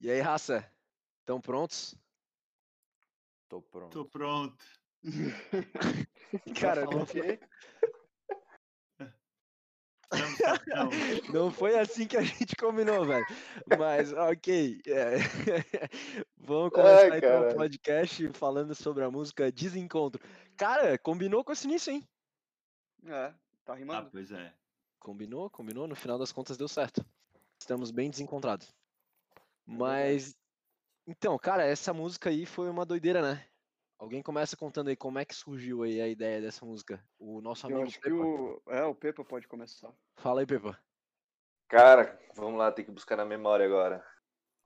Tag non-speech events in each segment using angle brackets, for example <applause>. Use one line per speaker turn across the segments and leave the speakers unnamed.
E aí, raça? Estão prontos?
Tô
<laughs>
pronto.
Tô pronto.
Cara,
falou
não
<laughs>
foi,
Estamos capitão.
não foi assim que a gente combinou, velho. Mas, ok. é. <laughs> Vamos começar
Ai,
então o
caralho.
podcast falando sobre a música Desencontro. Cara, combinou com esse início, hein?
É, tá
Ah,
rimando?
pois é.
Combinou, combinou. No final das contas deu certo. Estamos bem desencontrados.
É
Mas, então, cara, essa música aí foi uma doideira, né? Alguém começa contando aí como é que surgiu aí a ideia dessa música. O nosso
Eu
amigo
acho que
Pepa.
o. É, o Pepa pode começar.
Fala aí, Pepa.
Cara, vamos lá, tem que buscar na memória agora.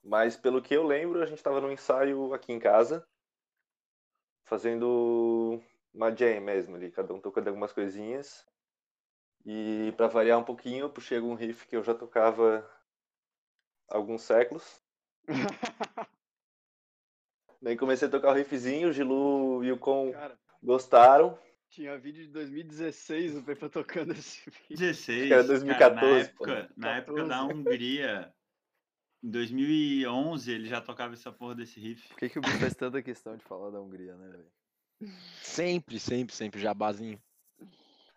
Mas pelo que eu lembro, a gente tava num ensaio aqui em casa, fazendo uma jam mesmo ali, cada um tocando algumas coisinhas. E pra variar um pouquinho, eu puxei algum riff que eu já tocava há alguns séculos. Daí comecei a tocar o riffzinho, o Gilu e o Con
<laughs> Cara,
gostaram.
tinha vídeo de 2016 o Pepa tocando esse <laughs> vídeo.
16.
Era
cara,
2014, pô.
na época, na época da
14.
Hungria, em 2011, ele já tocava essa porra desse riff.
Por que, que o bicho faz tanta questão de falar da Hungria, né, velho?
Sempre, sempre, sempre, jabazinho.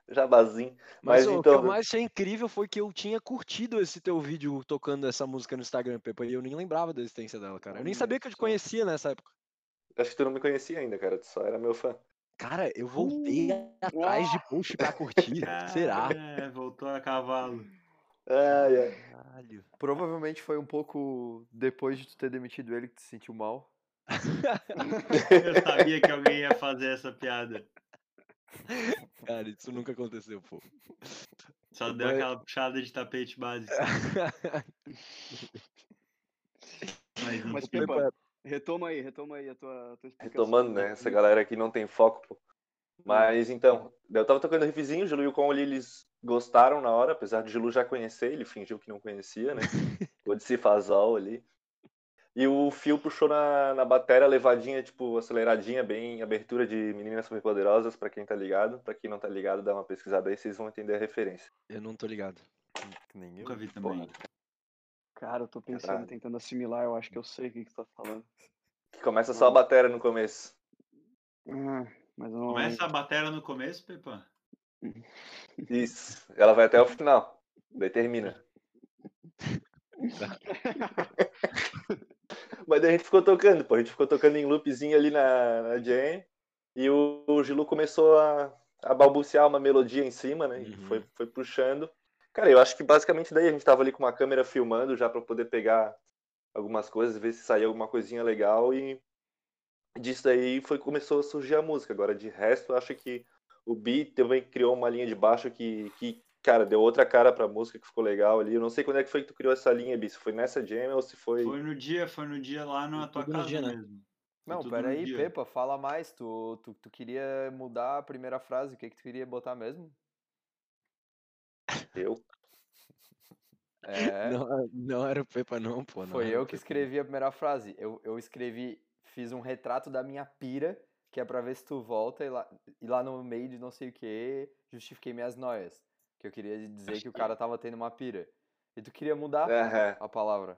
Jabazinho.
Mas,
Mas,
ô, o
então,
que eu
né?
mais achei incrível foi que eu tinha curtido esse teu vídeo tocando essa música no Instagram, Pepa, e eu nem lembrava da existência dela, cara. Eu nem
Olha
sabia que eu te
só.
conhecia nessa época.
Acho que tu não me conhecia ainda, cara, tu só era meu fã.
Cara, eu voltei atrás de post pra
<laughs>
curtir. Será?
É, voltou a cavalo.
Ai, ai.
Caralho.
Provavelmente foi um pouco depois de tu ter demitido ele que tu se sentiu mal.
Eu sabia que alguém ia fazer essa piada.
Cara, isso nunca aconteceu, pô.
Só deu
Mas-
aquela puxada de tapete básico. Mas, um
Mas,
enfim.
Pepa, Retoma aí, retoma aí a tua, a tua explicação.
Retomando, né? Essa galera aqui não tem foco, pô. Mas então, eu tava tocando riffzinho, o Gilu e o Con ali, eles gostaram na hora, apesar de o Gilu já conhecer, ele fingiu que não conhecia, né? O de Cifazol ali. E o Fio puxou na, na bateria levadinha, tipo, aceleradinha, bem abertura de Meninas Superpoderosas, pra quem tá ligado. Pra quem não tá ligado, dá uma pesquisada aí, vocês vão entender a referência.
Eu não tô ligado.
Que ninguém.
Nunca vi também.
Cara, eu tô pensando,
Caralho.
tentando assimilar, eu acho que eu sei o que, que tu tá falando.
Que começa só a bateria no começo.
Ah, mas eu não.
Começa a bateria no começo, Pepa?
Isso. Ela vai até o final. Daí termina. Mas daí a gente ficou tocando, pô. A gente ficou tocando em loopzinho ali na, na jam. E o, o Gilu começou a, a balbuciar uma melodia em cima, né? E
Uhum.
foi, foi puxando. Cara, eu acho que basicamente daí a gente tava ali com uma câmera filmando já pra poder pegar algumas coisas, ver se saía alguma coisinha legal. E disso daí foi, começou a surgir a música. Agora, de resto, eu acho que o Bi também criou uma linha de baixo que, que, cara, deu outra cara pra música que ficou legal ali. Eu não sei quando é que foi que tu criou essa linha, Bi. Se foi nessa jam ou se foi.
Foi no dia, foi no dia lá na tua
tudo no
casa
dia, né?
mesmo. Foi
Não,
tudo no
peraí,
dia.
Pepa, fala mais. Tu, tu, tu queria mudar a primeira frase, o que, que tu queria botar mesmo?
Eu.
É,
Não, não era o Pepa, não, pô. não
foi
era o
eu que
Pepa.
escrevi a primeira frase. Eu, eu escrevi, fiz um retrato da minha pira, que é pra ver se tu volta, e lá, e lá no meio de não sei o que, justifiquei minhas noias. Que eu queria dizer que o cara tava tendo uma pira. E tu queria mudar
Aham.
a palavra.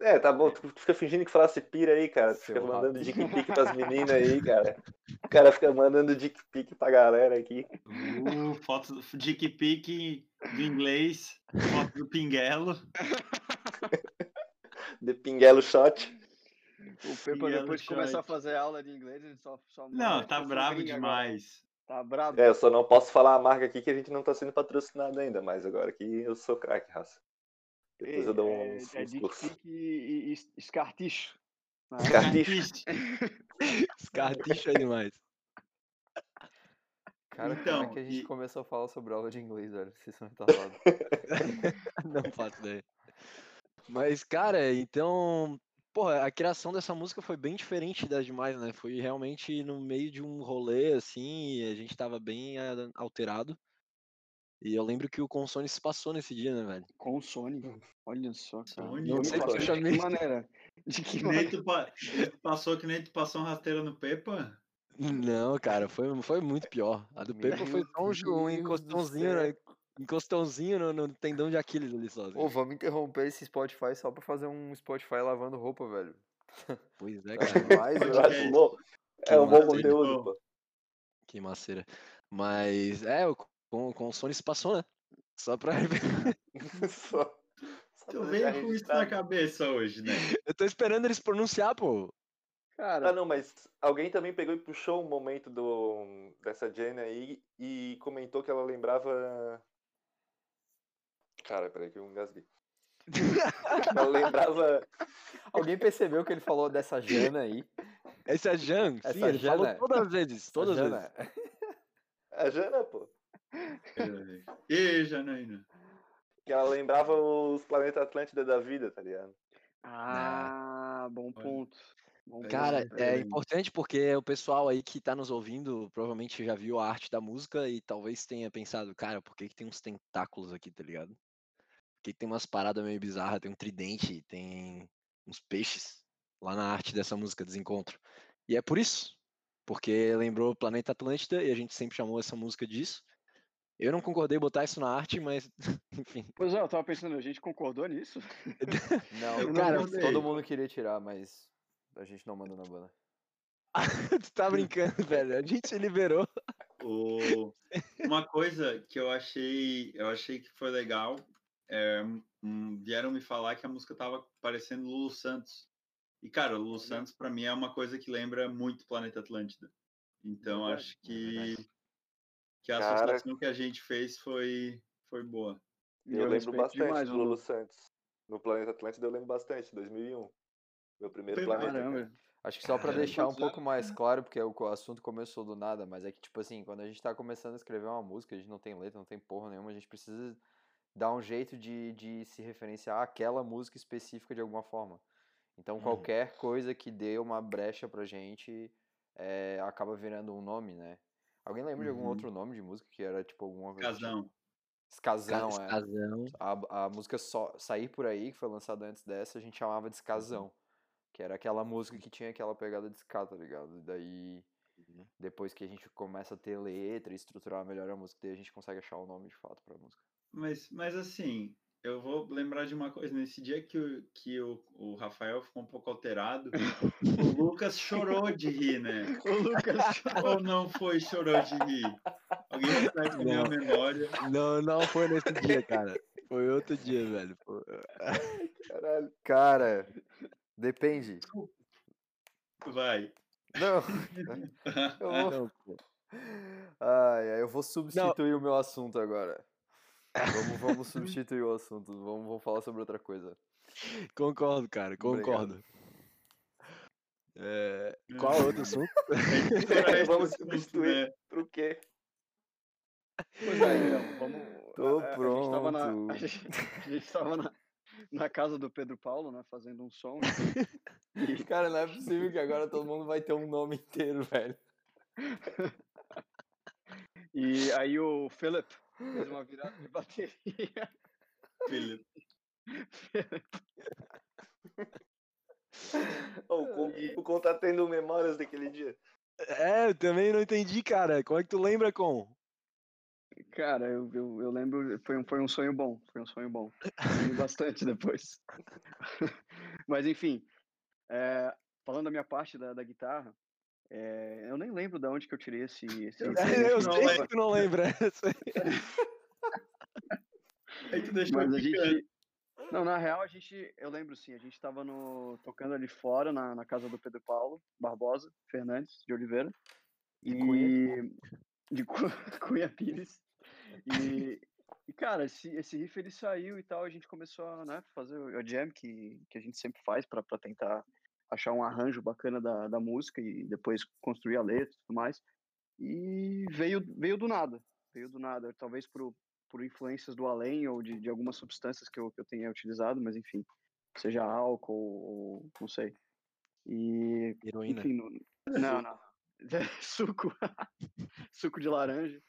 É, tá bom. Tu, tu fica fingindo que falasse pira aí, cara. Tu
Seu
fica
rato.
mandando dick pic pras meninas aí, cara. O cara fica mandando dick pic pra galera aqui.
Uh, foto do dick pic do inglês, foto do pinguelo.
The Pinguelo Shot.
O Pepa,
Yellow
depois de começar a
Shot.
fazer aula de inglês, ele só. só
assim, Não,
ele
tá
só
bravo
gringa agora.
demais.
Tá brabo.
É, eu só não posso falar a marca aqui que a gente não tá sendo patrocinado ainda, mas agora que eu sou craque, raça. Depois eu dou um
É,
uns,
é, é
uns
dick
cursos.
pic e, e, e escarticho. né?
Carticho.
Esse cartucho é demais.
Cara, como
Então,
é que a gente
e-
começou a falar sobre aula de inglês, velho? Vocês são retardados.
<laughs> Não faço ideia. Mas, cara, então. Porra, a criação dessa música foi bem diferente das demais, né? Foi realmente no meio de um rolê, assim, e a gente tava bem ah, alterado. E eu lembro que o Consone se passou nesse dia, né, velho?
Com o Sony. Olha só, cara.
Sony,
Eu
não
me
sei,
passei
eu
chamei-
de que maneira? <laughs> De que
Que nem
maneira?
tu pa- tu passou que nem tu passou um rasteiro no Pepa.
Não, cara, foi, foi muito pior. A do
Meu
Pepa foi tão um
Deus do
encostãozinho, né? Encostãozinho no, no tendão de Aquiles ali sozinho.
Ô, vamos interromper esse Spotify só pra fazer um Spotify lavando roupa, velho.
Pois é, cara. <laughs>
<laughs>
<laughs> Mas eu
Eu
acho
acho bom. É um bom
maravilha.
conteúdo, pô. <laughs>
Que maceira. Mas é, o- com, com o Sony se passou, né? Só pra. <laughs>
Só- só
Tu
pra
veio
deixar
com isso
tá
tá
registrado.
na cabeça hoje, né?
Eu tô esperando eles pronunciar, pô. <laughs>
Ah,
Cara,
não, mas alguém também pegou e puxou um momento do, dessa Jenny aí e comentou que ela lembrava. Cara, peraí que eu engasguei. Ela lembrava.
Alguém percebeu que ele falou dessa Jana aí?
Essa é a Jan.
Essa
Sim, ele
Jana.
falou todas as vezes. Todas as
Essa
vezes.
Jana.
A Jana, pô.
E aí, Janaína?
Que ela lembrava os planetas Atlântida da vida, tá ligado?
ah, bom ponto. Bom
Pega
Cara,
essa
é
aí.
importante porque o pessoal aí que tá nos ouvindo provavelmente já viu a arte da música e talvez tenha pensado, cara, por que, que tem uns tentáculos aqui, tá ligado? Por que, que tem umas paradas meio bizarras? Tem um tridente, tem uns peixes lá na arte dessa música, Desencontro. E é por isso, porque lembrou o Planeta Atlântida e a gente sempre chamou essa música disso. Eu não concordei em botar isso na arte, mas <laughs> enfim.
Pois é, eu tava pensando, a gente concordou nisso?
<laughs> Não,
Eu
Cara,
concordei.
todo mundo queria tirar, mas a gente não manda na banda.
tu tá brincando, <laughs> velho. A gente se liberou.
O- Uma coisa que eu achei, eu achei que foi legal, é, hum, vieram me falar que a música tava parecendo Lulu Santos. E cara, o Lulu Santos pra mim é uma coisa que lembra muito Planeta Atlântida. Então
Verdade,
acho
é verdade.
que que a
Cara.
associação que a gente fez foi foi boa.
E
Eu, lembro
respeito
bastante
demais,
do Lulu Santos. No planeta Atlântida eu lembro bastante, 2001. Meu primeiro
Foi
planeta. cara.
Caramba.
Acho que só pra
Caramba,
deixar um
quantos anos,
pouco mais claro, porque o co- assunto começou do nada, mas é que, tipo assim, quando a gente tá começando a escrever uma música, a gente não tem letra, não tem porra nenhuma, a gente precisa dar um jeito de, de se referenciar àquela música específica de alguma forma. Então,
Uhum.
qualquer coisa que dê uma brecha pra gente é, acaba virando um nome, né? Alguém lembra de algum
Uhum.
outro nome de música que era, tipo, alguma coisa? tipo-
Casão.
Escasão, é.
Casão.
A, a música só, Sair Por Aí, que foi lançada antes dessa, a gente chamava de Escasão. Que era aquela música que tinha aquela pegada de ska, tá ligado? E daí,
Uhum.
depois que a gente começa a ter letra e estruturar melhor a música, daí a gente consegue achar o nome de fato pra música.
Mas, mas assim, eu vou lembrar de uma coisa. Nesse dia que, o, que o, o Rafael ficou um pouco alterado, o Lucas chorou de rir, né?
<laughs> O Lucas
Ou não foi chorou de rir? Alguém reflete na minha
Não.
memória.
Não, não foi nesse dia, cara. Foi outro dia, <laughs> velho. Foi-
Caralho.
Cara, <laughs> depende.
Vai.
Não,
<laughs>
eu vou...
Não, pô.
Ai, ai, eu vou substituir o meu assunto agora. Vamos, <laughs> vamos substituir o assunto, vamos, vamos falar sobre outra coisa.
Concordo, cara,
Obrigado.
concordo. É, qual outro assunto?
<laughs>
Vamos
Esse assunto,
substituir.
né?
Pro quê?
Pois é, então, <laughs> vamos.
Tô
a- a- A gente tava,
pronto.
na, <laughs> a gente, a gente tava na, na casa do Pedro Paulo, né? Fazendo um som. E,
<laughs> Cara, não é possível que agora todo mundo vai ter um nome inteiro, velho.
e aí o Philip fez uma virada de bateria.
Filho,
Ô, o Con- o Con tá tendo memórias daquele dia.
É, eu também não entendi, cara. Como é que tu lembra com?
Cara, eu, eu, eu lembro, foi um, foi um sonho bom, foi um sonho bom.
<laughs>
Dormi bastante depois. <laughs> Mas enfim, é, falando da minha parte da, da guitarra, é, eu nem lembro de onde que eu tirei esse. esse, esse
<laughs> eu
não
sei
lembra.
que tu não é. lembra. <laughs>
Aí tu deixou
Mas a
picando.
gente. é Não, na real, a gente. Eu lembro sim, a gente tava no, tocando ali fora, na, na casa do Pedro Paulo Barbosa Fernandes de Oliveira. E.
De Cunha.
De Cu- <laughs> Cunha Pires. E. e, cara, esse, esse riff ele saiu e tal, a gente começou a né, fazer o o jam que, que a gente sempre faz pra pra tentar achar um arranjo bacana da, da música e depois construir a letra e tudo mais. E veio, veio do nada, veio do nada, talvez pro, por influências do além ou de, de algumas substâncias que eu, que eu tenha utilizado, mas enfim, seja álcool ou não sei. E,
Heroína.
enfim, não,
<laughs>
não, não. <laughs> suco, suco de laranja.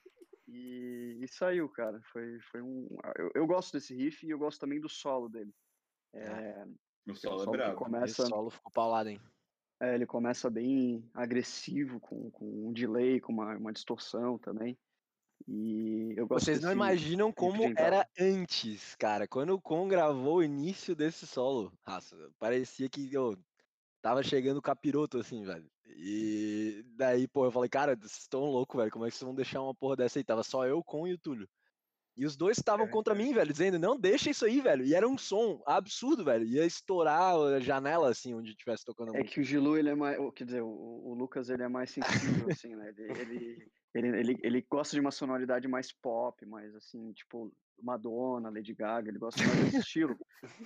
E, e saiu, cara. Foi, foi um. Eu, eu gosto desse riff e eu gosto também do solo dele.
Ah,
É,
Meu
que é um
solo é
solo que
brabo.
Esse
começa,
né? solo ficou paulado, hein?
é, ele começa bem agressivo, com, com um delay, com uma, uma distorção também. E eu gosto
Vocês não
desse-
imaginam como
gental.
era antes, cara. Quando o Kon gravou o início desse solo, raça, parecia que eu tava chegando o capiroto, assim, velho. E daí, pô, eu falei, cara, vocês estão louco, velho. Como é que vocês vão deixar uma porra dessa aí? Tava só eu, Kon e o Túlio. E os dois
É,
estavam contra mim, velho, dizendo, não deixa isso aí, velho. E era um som absurdo, velho. Ia estourar a janela, assim, onde estivesse tocando a
É
música.
que o Gilu, ele é mais. o- Quer dizer, o, o Lucas, ele é mais sensível, assim, né? Ele, ele, ele, ele, ele gosta de uma sonoridade mais pop, mais, assim, tipo, Madonna, Lady Gaga, ele gosta mais desse estilo.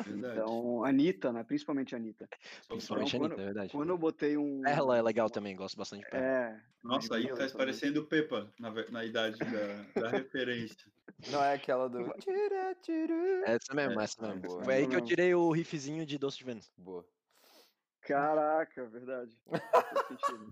Verdade.
Então, Anitta, né? Principalmente Anitta.
Sou
Principalmente
então,
a Anitta, é verdade.
Quando eu botei um.
Ela é legal também, gosto bastante. de Perla.
É.
Nossa, aí
Ludmilla
tá
também.
parecendo o Pepa na, ve- na idade da, da referência.
Não é aquela do. Tira, tira.
Essa mesmo,
É,
essa
é
mesmo.
boa.
Foi aí que eu
Não.
tirei o riffzinho de Doce de Vênus.
Boa.
Caraca, verdade. Faz sentido.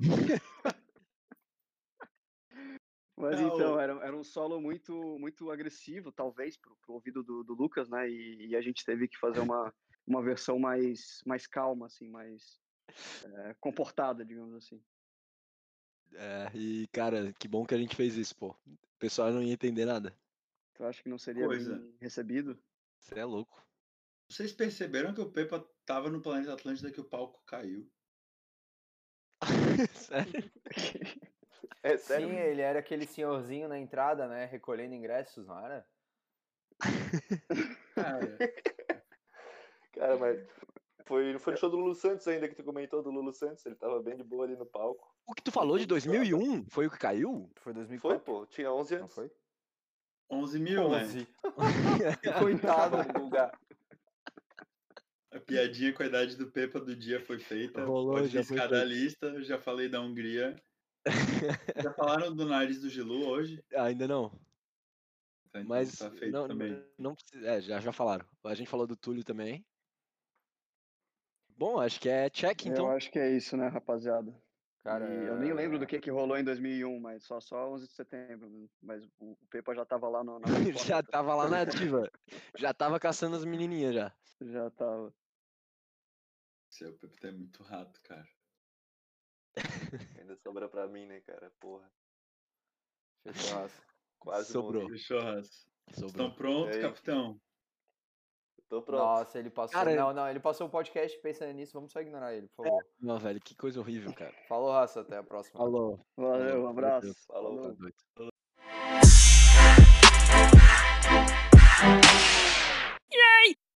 Mas
É,
então,
o-
era, era um solo muito muito agressivo, talvez, pro, pro ouvido do, do Lucas, né? E, e a gente teve que fazer uma, uma versão mais, mais calma, assim, mais é, comportada, digamos assim.
É, e cara, que bom que a gente fez isso, pô. O pessoal não ia entender nada.
Tu acha Então, que não seria
Coisa.
bem recebido?
Você é louco. <laughs>
Vocês perceberam que o Pepa tava no Planeta Atlântida que o palco caiu?
Sério?
É sério.
Sim, ele era aquele senhorzinho na entrada, né? Recolhendo ingressos, não era?
Cara,
Cara,
<laughs>
mas foi,
É.
foi no show do Lulu Santos ainda que tu comentou do Lulu Santos. Ele tava bem de boa ali no palco.
O que tu falou de 2001 foi o que caiu?
Foi,
Foi 2004,
pô. Tinha 11
não
anos.
foi?
11 mil, né?
Coitado.
Vamos divulgar.
A piadinha com a idade do Pepa do dia foi feita.
Rolou,
Pode
já foi
riscar da
feita.
lista, já falei da Hungria. já falaram do nariz do Gilu hoje?
Ainda não.
Tá, então
Mas
tá feito
não,
também.
não, não precisa. É, já, já falaram. A gente falou do Túlio também. Bom, acho que é check,
Eu
então.
acho que é isso, né, rapaziada?
Cara,
E eu nem lembro do
é
que, que rolou em 2001, mas só, só 11 de setembro. né? Mas o, o Pepa já tava lá no, na
<laughs> já
porta,
tava lá na ativa. Já tava caçando as menininhas já.
já tava.
Seu Pepa é muito rato, cara.
Ainda sobra pra mim, né, cara? Porra.
Churrasco.
Quase
Sobrou.
morri.
Fechou, Raça.
Sobrou.
Estão prontos,
E aí?
capitão?
Tô pronto.
Nossa, ele passou.
Cara,
Não, não, ele passou o podcast pensando nisso. Vamos só ignorar ele, por favor.
Não, velho, que coisa horrível, cara.
Falou, raça. Até a próxima.
Falou.
Valeu, um
valeu.
abraço.
Falou.
Tá doido.